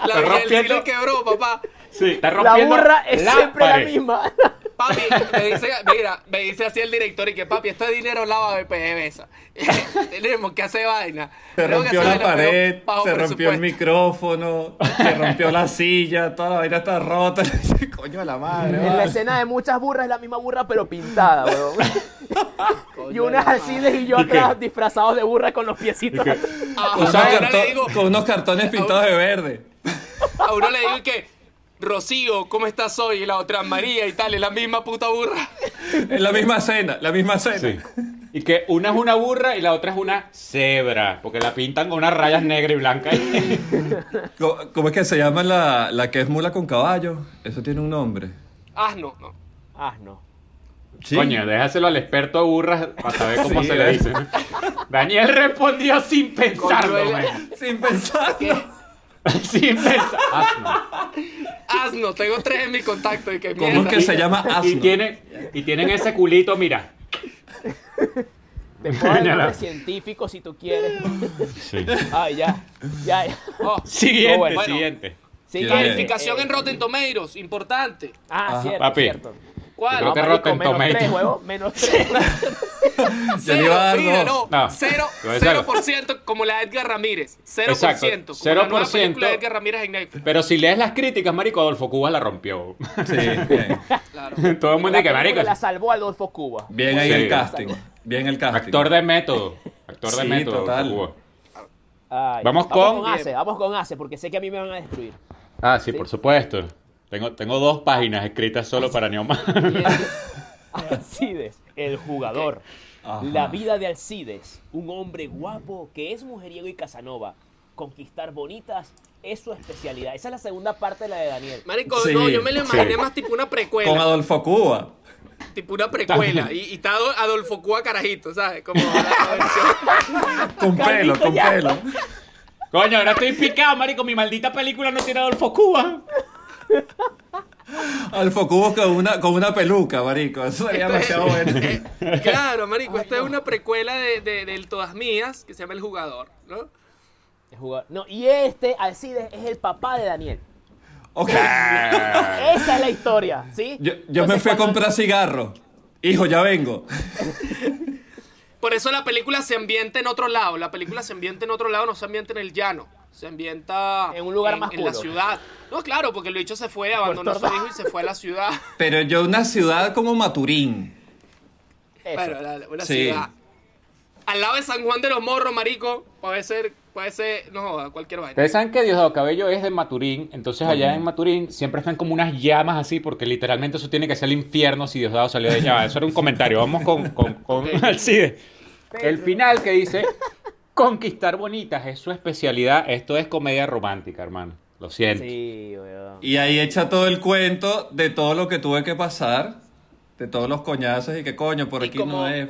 Speaker 4: La
Speaker 5: Está
Speaker 4: Virgen sí
Speaker 5: rompiendo-
Speaker 4: le quebró, papá.
Speaker 5: Sí, está
Speaker 3: La
Speaker 5: rompiendo
Speaker 3: burra es
Speaker 5: la
Speaker 3: siempre
Speaker 5: pared.
Speaker 3: la misma.
Speaker 4: Papi, me dice, mira, me dice así el director y que papi, este dinero lava de PDVSA. Tenemos que hacer vaina.
Speaker 1: Se
Speaker 4: Tenemos que
Speaker 1: rompió la
Speaker 4: hacer vaina, pero
Speaker 1: pared,
Speaker 4: bajo
Speaker 1: se rompió el
Speaker 4: presupuesto.
Speaker 1: micrófono, se rompió la silla, toda la vaina está rota. Coño de la madre.
Speaker 3: En la
Speaker 1: vale.
Speaker 3: escena de muchas burras es la misma burra, pero pintada, weón.
Speaker 4: Coño,
Speaker 3: Y unas
Speaker 4: la
Speaker 3: así de y yo
Speaker 5: ¿Y qué?
Speaker 3: atrás disfrazados de burra con los
Speaker 5: Y
Speaker 3: piecitos.
Speaker 5: que-
Speaker 4: A
Speaker 1: Con unos
Speaker 4: Ahora le
Speaker 1: carto-
Speaker 4: digo-
Speaker 1: con unos cartones pintados de verde.
Speaker 4: A uno le digo que, Rocío, ¿cómo estás hoy? Y la otra, María y tal, es la misma puta burra.
Speaker 1: Es la misma escena, la misma escena.
Speaker 5: Sí. Y que una es una burra y la otra es una cebra, porque la pintan con unas rayas negras y blancas.
Speaker 1: Co- ¿Cómo es que se llama la, la que es mula con caballo? Eso tiene un nombre.
Speaker 4: Ah, no, no.
Speaker 3: Ah, no.
Speaker 1: Sí.
Speaker 5: Coño, déjaselo al experto burras para saber cómo
Speaker 1: Sí,
Speaker 5: se le
Speaker 1: eh.
Speaker 5: dice. Daniel respondió sin pensarlo,
Speaker 4: Coño,
Speaker 5: man.
Speaker 1: Sin pensar.
Speaker 5: Sin pensar. Asno.
Speaker 4: Asno, Ah, tengo tres en mi contacto y que
Speaker 1: ¿Cómo es
Speaker 4: mierda.
Speaker 1: que se llama
Speaker 5: Y,
Speaker 1: asno?
Speaker 5: tiene, y tienen ese culito, mira.
Speaker 3: Te puedo dar el
Speaker 5: Señala.
Speaker 3: nombre científico si tú quieres.
Speaker 5: Sí.
Speaker 3: Ay, ya. Ya, ya.
Speaker 4: Oh,
Speaker 5: Siguiente,
Speaker 3: No, bueno.
Speaker 5: siguiente.
Speaker 3: Sí,
Speaker 1: Bien.
Speaker 3: que-
Speaker 4: Calificación
Speaker 3: eh,
Speaker 4: en Rotten Tomatoes, importante.
Speaker 3: Ah,
Speaker 1: Ajá.
Speaker 3: cierto,
Speaker 5: Papi.
Speaker 3: cierto.
Speaker 4: ¿Cuál?
Speaker 5: Creo que
Speaker 3: marico,
Speaker 5: Rotten
Speaker 3: menos
Speaker 5: Tomatoes.
Speaker 3: tres, huevo, menos tres.
Speaker 1: Yo le iba a dar dos.
Speaker 4: míralo,
Speaker 5: No.
Speaker 4: cero,
Speaker 5: Lo de
Speaker 4: cero
Speaker 5: cero.
Speaker 4: por ciento, como la de Edgar Ramírez. Cero
Speaker 5: Exacto,
Speaker 4: por ciento, como
Speaker 5: cero
Speaker 4: la nueva
Speaker 5: por
Speaker 4: película de
Speaker 5: ciento.
Speaker 4: Edgar Ramírez en Netflix.
Speaker 5: Pero si lees las críticas, Marico Adolfo Cuba la rompió.
Speaker 1: Sí, bien.
Speaker 4: Claro.
Speaker 5: Todo el mundo dice que
Speaker 3: La
Speaker 5: Marico.
Speaker 3: película La salvó Adolfo Cuba.
Speaker 1: Bien ahí el
Speaker 5: Sí.
Speaker 1: casting. Bien el casting.
Speaker 5: Actor de método. Actor de
Speaker 1: Sí,
Speaker 5: método, Adolfo
Speaker 1: total.
Speaker 5: Cuba.
Speaker 3: Ay,
Speaker 5: Vamos con-
Speaker 3: Ace, vamos con Ace, porque sé que a mí me van a destruir.
Speaker 5: Ah, sí, por supuesto. Tengo, tengo dos páginas escritas solo para Neoma.
Speaker 3: Alcides, el jugador.
Speaker 1: Ajá.
Speaker 3: La vida de Alcides, un hombre guapo que es mujeriego y casanova. Conquistar bonitas es su especialidad. Esa es la segunda parte de la de Daniel.
Speaker 4: Marico,
Speaker 1: Sí,
Speaker 4: no, yo me lo imaginé
Speaker 5: sí.
Speaker 4: más tipo una
Speaker 1: Con
Speaker 4: precuela.
Speaker 1: Adolfo Cuba.
Speaker 4: Tipo una precuela. Y, y está Ado- Adolfo Cuba carajito, ¿sabes? Como la versión.
Speaker 1: Con pelo, con
Speaker 3: ya.
Speaker 1: pelo.
Speaker 5: Coño, ahora estoy picado, Marico. Mi maldita película no tiene Adolfo Cuba.
Speaker 1: Adolfo Cuba con una, con una peluca, marico. Eso sería demasiado bueno.
Speaker 4: Este Eh, claro, marico, esta es una precuela de, de- del Todas Mías, que se llama El Jugador, ¿no?
Speaker 3: El jugador- No, y este, Alcides, es el papá de Daniel.
Speaker 1: Ok.
Speaker 4: eh,
Speaker 3: Esa es la historia, Pues ¿sí?
Speaker 1: Yo, yo me
Speaker 3: Entonces,
Speaker 1: fui a
Speaker 3: cuando-
Speaker 1: comprar cigarro. Hijo, ya vengo.
Speaker 4: Por eso la película se ambienta en otro lado. La película se ambienta en otro lado, no se ambienta en el llano. Se ambienta
Speaker 3: En un lugar más
Speaker 4: en la
Speaker 3: puro.
Speaker 4: ciudad. No, claro, porque el bicho se fue, abandonó a su
Speaker 3: torta.
Speaker 4: hijo y se fue a la ciudad.
Speaker 1: Pero yo una ciudad como Maturín.
Speaker 3: Eso.
Speaker 4: Bueno, la, una
Speaker 1: Sí.
Speaker 4: ciudad. Al lado de San Juan de los Morros, marico, puede ser, puede ser, no joda, cualquier vaina.
Speaker 5: Ustedes saben que Diosdado Cabello es de Maturín, entonces allá en Maturín siempre están como unas llamas así, porque literalmente eso tiene que ser el infierno si Diosdado salió de allá. Eso era un comentario. Vamos con, con, con Alcides. El final que dice: Conquistar bonitas es su especialidad. Esto es comedia romántica, hermano. Lo siento.
Speaker 3: Sí, weón.
Speaker 1: Y ahí echa todo el cuento de todo lo que tuve que pasar. De todos los coñazos y que coño, por
Speaker 4: Y
Speaker 1: aquí
Speaker 4: como-
Speaker 1: no es.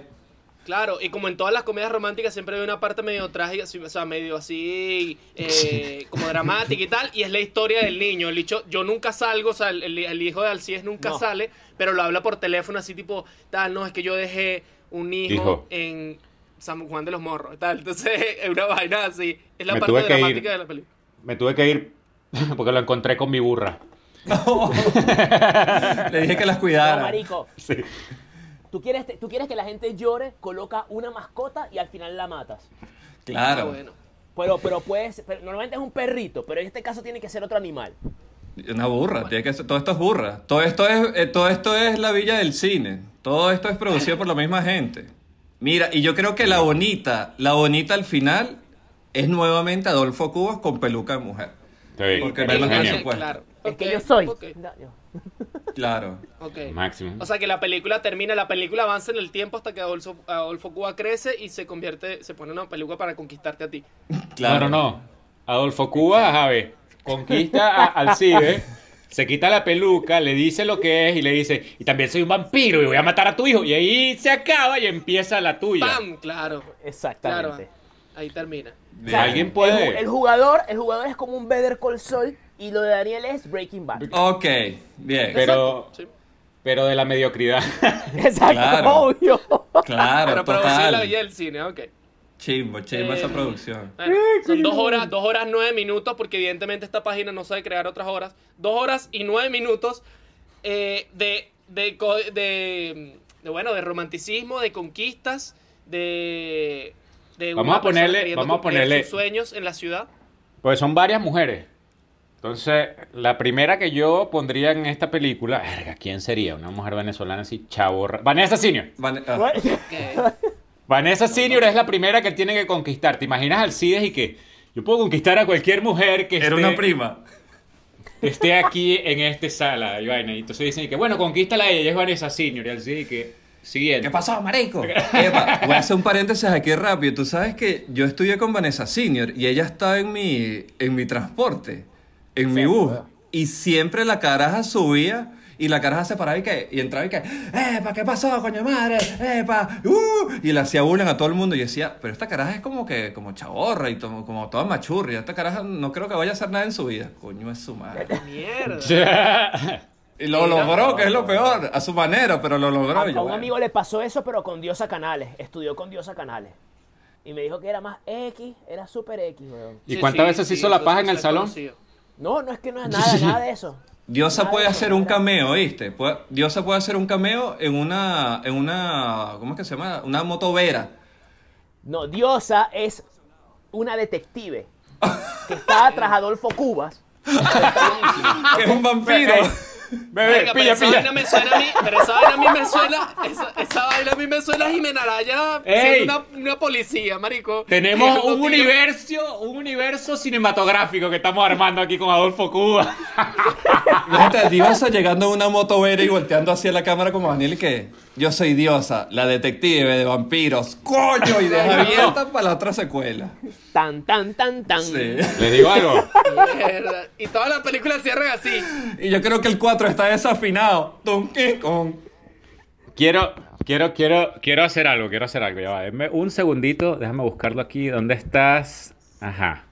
Speaker 4: Claro, y como en todas las comedias románticas siempre hay una parte medio trágica, así, o sea, medio así, eh, como dramática y tal, y es la historia del niño. El dicho, yo nunca salgo, o sea, el, el hijo de Alcides nunca
Speaker 3: No.
Speaker 4: sale, pero lo habla por teléfono así tipo, tal, no, es que yo dejé un hijo,
Speaker 5: Hijo.
Speaker 4: en San Juan de los Morros, tal. Entonces, es una vaina así, es la
Speaker 5: Me
Speaker 4: parte
Speaker 5: tuve que ir.
Speaker 4: dramática de la película.
Speaker 5: Me tuve que ir porque lo encontré con mi burra.
Speaker 1: Le dije que las
Speaker 3: No,
Speaker 1: cuidara.
Speaker 3: marico. ¿Tú quieres, te- tú quieres que la gente llore, coloca una mascota y al final la matas.
Speaker 4: Ah,
Speaker 1: Claro.
Speaker 4: bueno.
Speaker 3: Pero, pero puedes, pero normalmente es un perrito, pero en este caso tiene que ser otro animal.
Speaker 1: Una burra, tiene que ser- todo esto es burra. Todo esto es, eh, todo esto es la villa del cine. Todo esto es producido por la misma gente. Mira, y yo creo que la bonita, la bonita al final es nuevamente Adolfo Cubas con peluca de mujer.
Speaker 5: Sí,
Speaker 1: Porque
Speaker 5: eres
Speaker 1: no hay más
Speaker 5: genio.
Speaker 1: presupuesto.
Speaker 6: pues. Es que
Speaker 4: Ok,
Speaker 6: yo soy.
Speaker 4: ok,
Speaker 6: No, yo-
Speaker 1: Claro.
Speaker 4: ok.
Speaker 5: Máximo.
Speaker 4: O sea que la película termina, la película avanza en el tiempo hasta que Adolfo, Adolfo Cuba crece y se convierte, se pone una película para conquistarte a ti.
Speaker 1: Claro.
Speaker 5: No, no, no. Adolfo Cuba, Jave, conquista a- al Cibe, se quita la peluca, le dice lo que es y le dice, y también soy un vampiro y voy a matar a tu hijo. Y ahí se acaba y empieza la tuya.
Speaker 4: ¡Pam! Claro,
Speaker 3: Exactamente.
Speaker 4: ahí termina.
Speaker 1: Bien.
Speaker 5: ¿Alguien
Speaker 3: El,
Speaker 5: puede?
Speaker 3: el jugador, el jugador es como un Better Call Saul y lo de Daniel es Breaking Bad.
Speaker 1: Ok, bien.
Speaker 5: Pero-
Speaker 4: Exacto, sí.
Speaker 5: Pero de la mediocridad.
Speaker 3: Exacto,
Speaker 1: Claro.
Speaker 3: obvio.
Speaker 1: Claro,
Speaker 4: Para producirla
Speaker 1: total.
Speaker 4: y el cine, ok.
Speaker 1: Chimbo, chimbo esa
Speaker 4: Eh,
Speaker 1: producción.
Speaker 4: Bueno, son dos horas, dos horas nueve minutos, porque evidentemente esta página no sabe crear otras horas. Dos horas y nueve minutos eh, de, de, co- de- de, bueno, de romanticismo, de conquistas, de, de
Speaker 5: Vamos
Speaker 4: una
Speaker 5: a ponerle-
Speaker 4: persona queriendo
Speaker 5: vamos a
Speaker 4: cumplir
Speaker 5: ponerle-
Speaker 4: sus sueños en la ciudad.
Speaker 5: Pues son varias mujeres. Entonces, la primera que yo pondría en esta película, verga, ¿quién sería? Una mujer venezolana así, chaborra. Vanessa Senior.
Speaker 1: Van- ah,
Speaker 4: que-
Speaker 5: Vanessa Senior es la primera que tiene que conquistar. ¿Te imaginas al Cides y que yo puedo conquistar a cualquier mujer que
Speaker 1: Era
Speaker 5: esté,
Speaker 1: una prima.
Speaker 5: que esté aquí en esta sala? Y vaina. Y entonces dicen y que, bueno, conquístala a ella, ella es Vanessa Senior. Y al Cides y que, siguiente.
Speaker 1: ¿Qué pasó, marico? Epa, voy a hacer un paréntesis aquí rápido. Tú sabes que yo estudié con Vanessa Senior y ella estaba en mi, en mi transporte, en mi bus. Y siempre la caraja subía y la caraja se paraba y, que, y entraba y que, ¡Epa, qué pasó, coño madre! ¡Epa! ¡Uh! Y le hacía bullying a todo el mundo. Y yo decía, pero esta caraja es como que, como chaborra y to- como toda machurria. Esta caraja no creo que vaya a hacer nada en su vida. Coño, es su madre.
Speaker 4: Mierda.
Speaker 1: Y lo logró, que es lo peor, a su manera, pero lo logró.
Speaker 3: A,
Speaker 1: Y
Speaker 3: a
Speaker 1: yo,
Speaker 3: un
Speaker 1: bueno.
Speaker 3: amigo le pasó eso, pero con Diosa Canales. Estudió con Diosa Canales. Y me dijo que era más X, era super X, weón.
Speaker 5: ¿Y
Speaker 4: Sí,
Speaker 5: cuántas
Speaker 4: sí,
Speaker 5: veces se
Speaker 4: sí,
Speaker 5: hizo la
Speaker 4: eso
Speaker 5: paja
Speaker 4: sí
Speaker 5: en el
Speaker 4: se ha
Speaker 5: salón?
Speaker 4: conocido.
Speaker 3: No, no es que no es nada, nada de eso.
Speaker 1: Diosa
Speaker 3: Nada
Speaker 1: puede
Speaker 3: de eso,
Speaker 1: hacer un
Speaker 3: era-
Speaker 1: cameo, ¿viste? Puede- Diosa puede hacer un cameo en una, en una, ¿cómo es que se llama? Una motovera.
Speaker 3: No, Diosa es una detective que está tras Adolfo Cubas.
Speaker 1: Que es un vampiro.
Speaker 5: Bebé,
Speaker 4: Verga,
Speaker 5: Eh, pilla,
Speaker 4: pero esa vaina
Speaker 5: pilla.
Speaker 4: me suena a mí, pero esa vaina a mí me suena, esa, esa vaina a mí me suena a Jimena Araya
Speaker 5: Ey.
Speaker 4: siendo una, una policía, marico.
Speaker 5: Tenemos
Speaker 4: Tirando
Speaker 5: un
Speaker 4: tiros.
Speaker 5: universo, un universo cinematográfico que estamos armando aquí con Adolfo Cuba.
Speaker 1: Fíjate, Diosa llegando a una motovera y volteando hacia la cámara como Daniel que yo soy Diosa, la detective de vampiros. ¡Coño! Y deja abierta para la otra secuela.
Speaker 3: Tan, tan, tan, tan.
Speaker 1: Sí.
Speaker 5: Les digo algo.
Speaker 4: Mierda. Y todas las películas cierran así.
Speaker 1: Y yo creo que el 4 está desafinado. Donkey Kong.
Speaker 5: Quiero, quiero, quiero, quiero hacer algo, quiero hacer algo. Ya va, denme un segundito, déjame buscarlo aquí. ¿Dónde estás? Ajá.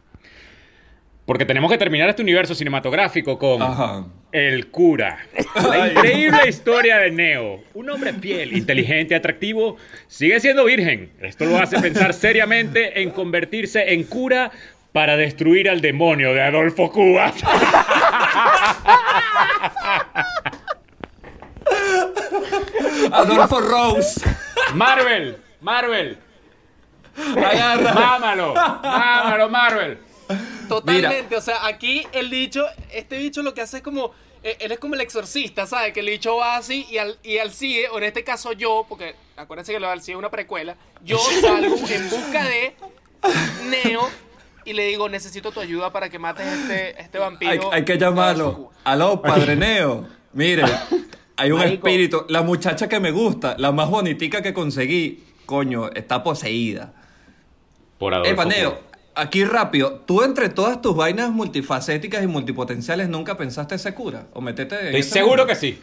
Speaker 5: Porque tenemos que terminar este universo cinematográfico con
Speaker 1: Ajá.
Speaker 5: El Cura. La increíble historia de Neo. Un hombre fiel, inteligente, atractivo, sigue siendo virgen. Esto lo hace pensar seriamente en convertirse en cura para destruir al demonio de Adolfo Cuba.
Speaker 1: Adolfo Rose.
Speaker 5: Marvel, Marvel,
Speaker 1: Agarra.
Speaker 5: mámalo, mámalo, Marvel.
Speaker 4: Totalmente. O sea, aquí el dicho, este bicho lo que hace es como. eh, Él es como el exorcista, ¿sabes? Que el bicho va así y al, y al CIE, o en este caso yo, porque acuérdense que lo del CIE es una precuela, yo salgo en busca de Neo y le digo, necesito tu ayuda para que mates a este, a este vampiro.
Speaker 1: Hay, hay que llamarlo. Aló, padreneo. Mire, hay un
Speaker 3: Marico.
Speaker 1: espíritu. La muchacha que me gusta, la más bonitica que conseguí, coño, está poseída.
Speaker 5: Por
Speaker 1: Eh,
Speaker 5: Adolfo
Speaker 1: Paneo,
Speaker 5: Cuba.
Speaker 1: aquí rápido. Tú entre todas tus vainas multifacéticas y multipotenciales nunca pensaste ese cura o metete. en
Speaker 5: Estoy
Speaker 1: ese
Speaker 5: seguro
Speaker 1: mundo?
Speaker 5: que sí.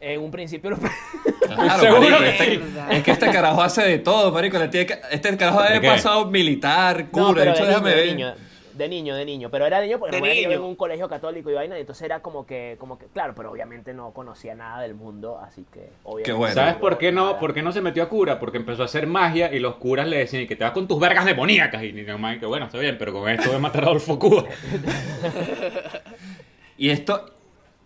Speaker 3: En un principio lo-
Speaker 1: Claro,
Speaker 5: Seguro
Speaker 1: marico,
Speaker 5: que
Speaker 1: este-
Speaker 5: sí.
Speaker 1: Es que este carajo hace de todo, marico. le tiene que- este carajo
Speaker 5: ¿De
Speaker 1: ha
Speaker 5: qué?
Speaker 1: pasado militar,
Speaker 3: No,
Speaker 1: cura. de
Speaker 3: pero
Speaker 1: hecho,
Speaker 3: de,
Speaker 1: déjame
Speaker 3: niño, de,
Speaker 1: ver.
Speaker 3: niño, de niño, de niño. Pero era de niño porque
Speaker 4: De
Speaker 3: bueno, yo iba
Speaker 4: niño.
Speaker 3: en un colegio católico y vaina, y entonces era como que, como que, claro, pero obviamente no conocía nada del mundo, así que obviamente.
Speaker 1: Qué bueno.
Speaker 5: ¿Sabes por qué no? ¿Por qué no se metió a cura? Porque empezó a hacer magia y los curas le decían que te vas con tus vergas demoníacas. Y ni nomás que bueno, está bien, pero con esto voy a matar a Adolfo Cuba.
Speaker 1: Y esto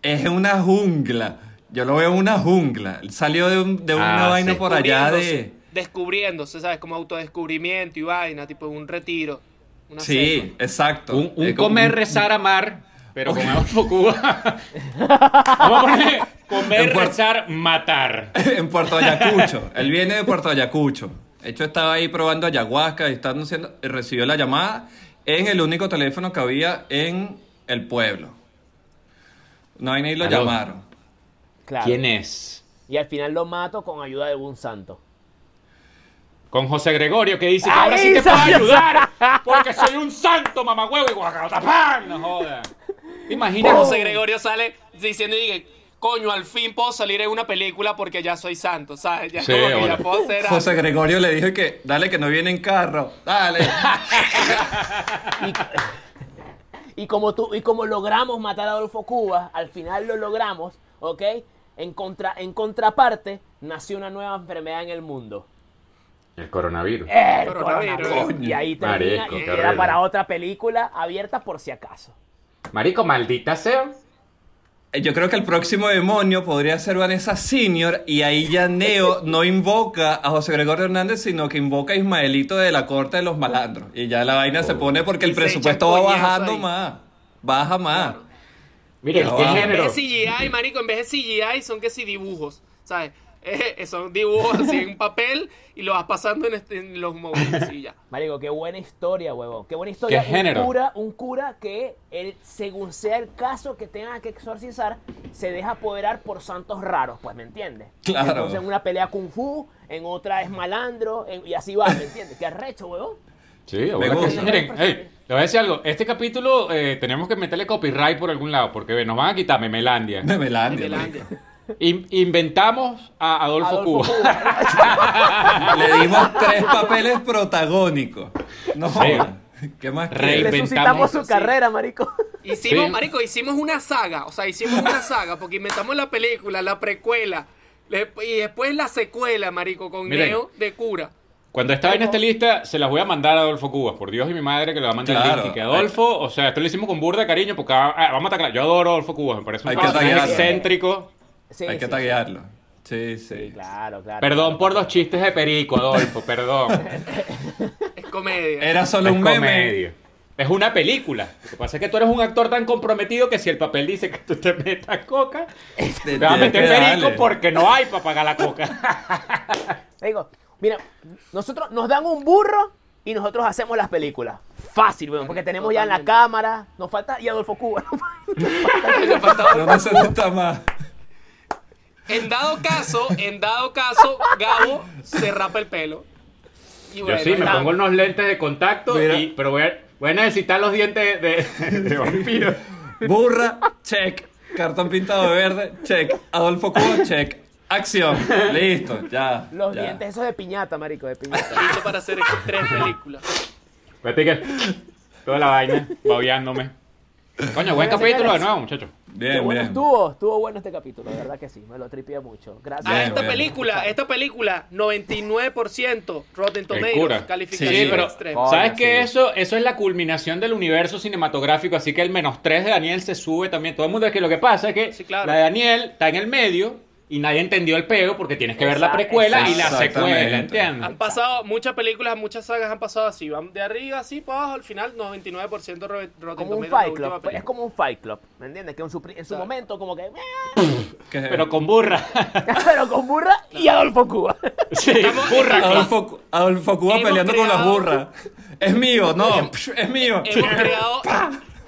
Speaker 1: es una jungla. Yo lo veo en una jungla. Salió de, un- de una
Speaker 5: Ah,
Speaker 1: vaina
Speaker 5: sí.
Speaker 1: por allá de.
Speaker 4: Descubriéndose, ¿sabes? Como autodescubrimiento y vaina, tipo un retiro. Una
Speaker 1: Sí,
Speaker 4: selva.
Speaker 1: exacto.
Speaker 5: Un, un
Speaker 1: Es como
Speaker 5: comer,
Speaker 1: un-
Speaker 5: rezar, amar, pero con Adolfo Cuba. Vamos a poner comer,
Speaker 1: En cuar-
Speaker 5: rezar, matar.
Speaker 1: en Puerto Ayacucho. Él viene de Puerto Ayacucho. De hecho, estaba ahí probando ayahuasca y estando siendo- recibió la llamada en el único teléfono que había en el pueblo. No hay ni lo
Speaker 5: Aló.
Speaker 1: llamaron.
Speaker 3: Claro.
Speaker 5: ¿Quién es?
Speaker 3: Y al final lo mato con ayuda de un santo.
Speaker 5: Con José Gregorio que dice que
Speaker 3: ¡Ahí
Speaker 5: ahora sí te puedo
Speaker 3: salió!
Speaker 5: ayudar porque soy un santo mamagüevo y guacatapán, no joda. Imagina
Speaker 1: Oh.
Speaker 4: José Gregorio sale diciendo y dije, coño, al fin puedo salir en una película porque ya soy santo, ¿sabes? Ya,
Speaker 5: Sí,
Speaker 4: como que ya
Speaker 5: hola.
Speaker 4: puedo hacer algo.
Speaker 1: José Gregorio le dijo que dale que no viene en carro. Dale.
Speaker 3: Y como, tú, y como logramos matar a Adolfo Cuba, al final lo logramos, ¿ok? En, contra, en contraparte, nació una nueva enfermedad en el mundo.
Speaker 5: El coronavirus.
Speaker 3: El
Speaker 4: Coronavirus.
Speaker 3: coronavirus. Y ahí termina,
Speaker 5: Marico,
Speaker 3: y
Speaker 5: qué
Speaker 3: queda
Speaker 5: horrible.
Speaker 3: para otra película abierta por si acaso.
Speaker 5: Marico, maldita sea.
Speaker 1: Yo creo que el próximo demonio podría ser Vanessa Senior y ahí ya Neo no invoca a José Gregorio Hernández, sino que invoca a Ismaelito de la Corte de los Malandros. Y ya la vaina
Speaker 5: Oh.
Speaker 1: se pone porque el
Speaker 4: Y se
Speaker 1: presupuesto va
Speaker 4: echan coñazo
Speaker 1: bajando
Speaker 4: ahí.
Speaker 1: más. Baja más.
Speaker 5: Mire,
Speaker 1: Ya
Speaker 5: ¿qué
Speaker 1: va.
Speaker 4: En
Speaker 5: género?
Speaker 4: vez de CGI, marico, en vez de CGI son que si dibujos, ¿sabes? Eh, son dibujos así en un papel y lo vas pasando en, este- en los móviles y ya.
Speaker 3: Marico, qué buena historia, huevón. Qué buena historia.
Speaker 5: ¿Qué
Speaker 3: un
Speaker 5: género?
Speaker 3: cura, un cura que, él, según sea el caso que tenga que exorcizar, se deja apoderar por santos raros, pues, ¿me entiendes?
Speaker 1: Claro.
Speaker 3: Entonces, en una pelea kung fu, en otra es malandro, en- y así va, ¿me entiendes? Qué arrecho, huevón.
Speaker 5: Sí, ahora que-
Speaker 1: gusta.
Speaker 5: Miren, hey, le voy a decir algo. Este capítulo eh, tenemos que meterle copyright por algún lado, porque ve, nos van a quitar Memelandia.
Speaker 1: De Melandia.
Speaker 4: Melandia.
Speaker 5: In- inventamos a Adolfo, Cuba.
Speaker 1: marico. Le dimos tres papeles protagónicos. No,
Speaker 5: Sí.
Speaker 1: jodas. ¿qué más
Speaker 5: Re-
Speaker 1: quieres?
Speaker 3: Resucitamos
Speaker 5: Inventamos-
Speaker 3: su
Speaker 4: sí.
Speaker 3: carrera, marico.
Speaker 4: Hicimos,
Speaker 5: Sí.
Speaker 4: marico, hicimos una saga, o sea, hicimos una saga porque inventamos la película, la precuela le- y después la secuela, marico, con
Speaker 5: Miren.
Speaker 4: Neo de cura.
Speaker 5: Cuando esta vaina esté lista, se las voy a mandar a Adolfo Cubas, por Dios y mi madre que lo va a mandar el
Speaker 1: Claro.
Speaker 5: link. Y que Adolfo, o sea, esto lo hicimos con burda de cariño, porque ah, ah, vamos a atacar. Yo adoro a Adolfo Cubas, me parece un
Speaker 1: Hay que
Speaker 5: personaje
Speaker 1: atacarlo.
Speaker 5: excéntrico.
Speaker 3: Sí,
Speaker 1: Hay que
Speaker 3: sí,
Speaker 1: taguearlo. Sí, sí.
Speaker 3: sí, claro, claro.
Speaker 5: Perdón por los chistes de Perico, Adolfo, perdón.
Speaker 4: Es comedia.
Speaker 1: Era solo
Speaker 5: es
Speaker 1: un meme.
Speaker 5: comedia. Es una película. Lo que pasa es que tú eres un actor tan comprometido que si el papel dice que tú te metas coca, te vas a
Speaker 1: tienes que
Speaker 5: meter perico
Speaker 1: darle.
Speaker 5: porque no hay para pagar la coca.
Speaker 3: Digo, mira, nosotros nos dan un burro y nosotros hacemos las películas. Fácil, weón, porque tenemos ya la
Speaker 4: Totalmente.
Speaker 3: cámara, nos falta y Adolfo Cuba.
Speaker 4: Le faltaba-
Speaker 1: No necesita más.
Speaker 4: En dado caso, en dado caso, Gabo se rapa el pelo. Y
Speaker 5: Yo sí, me
Speaker 4: nada.
Speaker 5: pongo unos lentes de contacto,
Speaker 1: Mira.
Speaker 5: y- pero voy a, voy a necesitar los dientes de, de, de vampiro.
Speaker 1: Burra, check. Cartón pintado de verde, check. Adolfo Cubo, check. Acción. Listo, ya.
Speaker 3: Los
Speaker 1: ya.
Speaker 3: dientes esos de piñata, marico, de piñata.
Speaker 4: Listo para hacer tres películas.
Speaker 5: Fíjate que toda la vaina, babeándome. Coño, buen capítulo de nuevo, muchachos.
Speaker 3: Qué
Speaker 1: Bien,
Speaker 3: bueno
Speaker 1: bien.
Speaker 3: estuvo, estuvo bueno este capítulo, de verdad que sí, me lo tripié mucho. Gracias.
Speaker 4: Ah,
Speaker 1: Bien,
Speaker 4: esta
Speaker 1: bien.
Speaker 4: película, esta película, 99% Rotten
Speaker 5: El
Speaker 4: Tomatoes,
Speaker 5: cura.
Speaker 4: calificación
Speaker 1: Sí,
Speaker 5: Sí, pero Oh.
Speaker 4: extrema.
Speaker 3: Coño,
Speaker 5: ¿sabes que
Speaker 3: sí.
Speaker 5: eso, eso es la culminación del universo cinematográfico? Así que el menos 3 de Daniel se sube también. Todo el mundo es que lo que pasa es que
Speaker 4: Sí, claro.
Speaker 5: la de Daniel está en el medio y nadie entendió el pego porque tienes que ver la
Speaker 3: Exacto.
Speaker 5: precuela y la
Speaker 1: Exactamente.
Speaker 5: secuela, ¿entiendes?
Speaker 4: Han pasado muchas películas, muchas sagas han pasado así, van de arriba así para abajo, al final 99% Rotten
Speaker 3: Como un
Speaker 4: Tomatoes. la
Speaker 3: Fight
Speaker 4: última
Speaker 3: Club, pues, es
Speaker 4: película.
Speaker 3: como un Fight Club, ¿me entiendes? Que en su, pri- en su
Speaker 4: Claro.
Speaker 3: momento como que...
Speaker 1: Que-
Speaker 5: Pero con burra.
Speaker 3: Pero con burra y Adolfo Cuba.
Speaker 5: sí,
Speaker 4: Estamos-
Speaker 5: burra.
Speaker 1: Adolfo, Cu- Adolfo Cuba
Speaker 4: Hemos
Speaker 1: peleando con las
Speaker 4: creado-
Speaker 1: burras. Es mío, no. psh, Es mío.
Speaker 4: Hemos creado,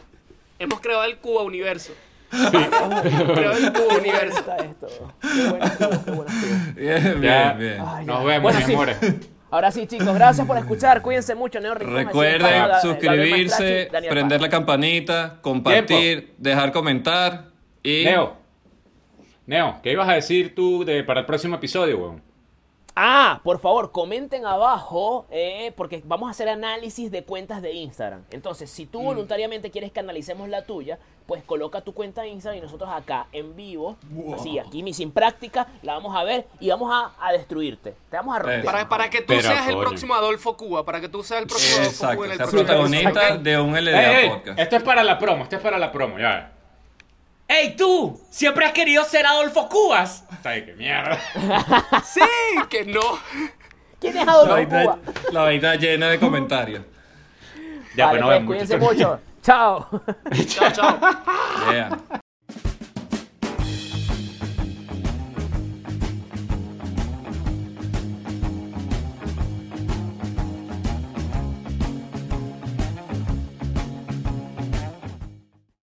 Speaker 4: hemos creado el Cuba Universo. Hemos creado el Cuba Universo.
Speaker 3: Está esto. Qué bueno estuvo, qué bueno estuvo.
Speaker 1: Bien,
Speaker 5: Ya.
Speaker 1: bien, bien.
Speaker 3: Ay, ya.
Speaker 5: Nos vemos,
Speaker 3: Bueno,
Speaker 5: mis
Speaker 3: sí.
Speaker 5: amores.
Speaker 3: Ahora sí, chicos, gracias por escuchar. Cuídense mucho, Neo Rincón, así, Pablo,
Speaker 1: Recuerden
Speaker 3: Gabriel
Speaker 1: suscribirse,
Speaker 3: Maestrachi, Daniel
Speaker 1: prender
Speaker 3: Paz.
Speaker 1: la campanita, compartir, dejar comentar y
Speaker 5: Neo. Neo, ¿qué ibas a decir tú de- para el próximo episodio, weón?
Speaker 3: Ah, por favor, comenten abajo eh, porque vamos a hacer análisis de cuentas de Instagram. Entonces, si
Speaker 5: Mm.
Speaker 3: tú voluntariamente quieres que analicemos la tuya, pues coloca tu cuenta de Instagram y nosotros acá en vivo, así aquí, mi sin práctica, la vamos a ver y vamos a, a destruirte. Te vamos a romper.
Speaker 4: Para, para que tú
Speaker 5: Pero,
Speaker 4: seas el
Speaker 5: coño.
Speaker 4: próximo Adolfo Cuba, para que tú seas el próximo Adolfo
Speaker 1: exacto,
Speaker 4: Cuba en el
Speaker 1: ser
Speaker 4: próximo
Speaker 1: protagonista
Speaker 4: episodio.
Speaker 1: de un
Speaker 5: Ey,
Speaker 1: LDA
Speaker 5: ey,
Speaker 1: podcast.
Speaker 5: esto es para la promo, esto es para la promo, ya. ¡Ey, tú! ¿Siempre has querido ser Adolfo Cubas? ¿Sabes qué mierda?
Speaker 4: Sí, que no.
Speaker 3: ¿Quién es
Speaker 1: La
Speaker 3: Adolfo
Speaker 1: vaina-
Speaker 3: Cuba?
Speaker 1: la vaina llena de comentarios.
Speaker 5: Ya,
Speaker 3: Vale,
Speaker 5: pues nos
Speaker 3: pues,
Speaker 5: vemos,
Speaker 3: cuídense
Speaker 5: muchachos.
Speaker 3: mucho. Chao.
Speaker 4: Chao, chao.
Speaker 1: Yeah.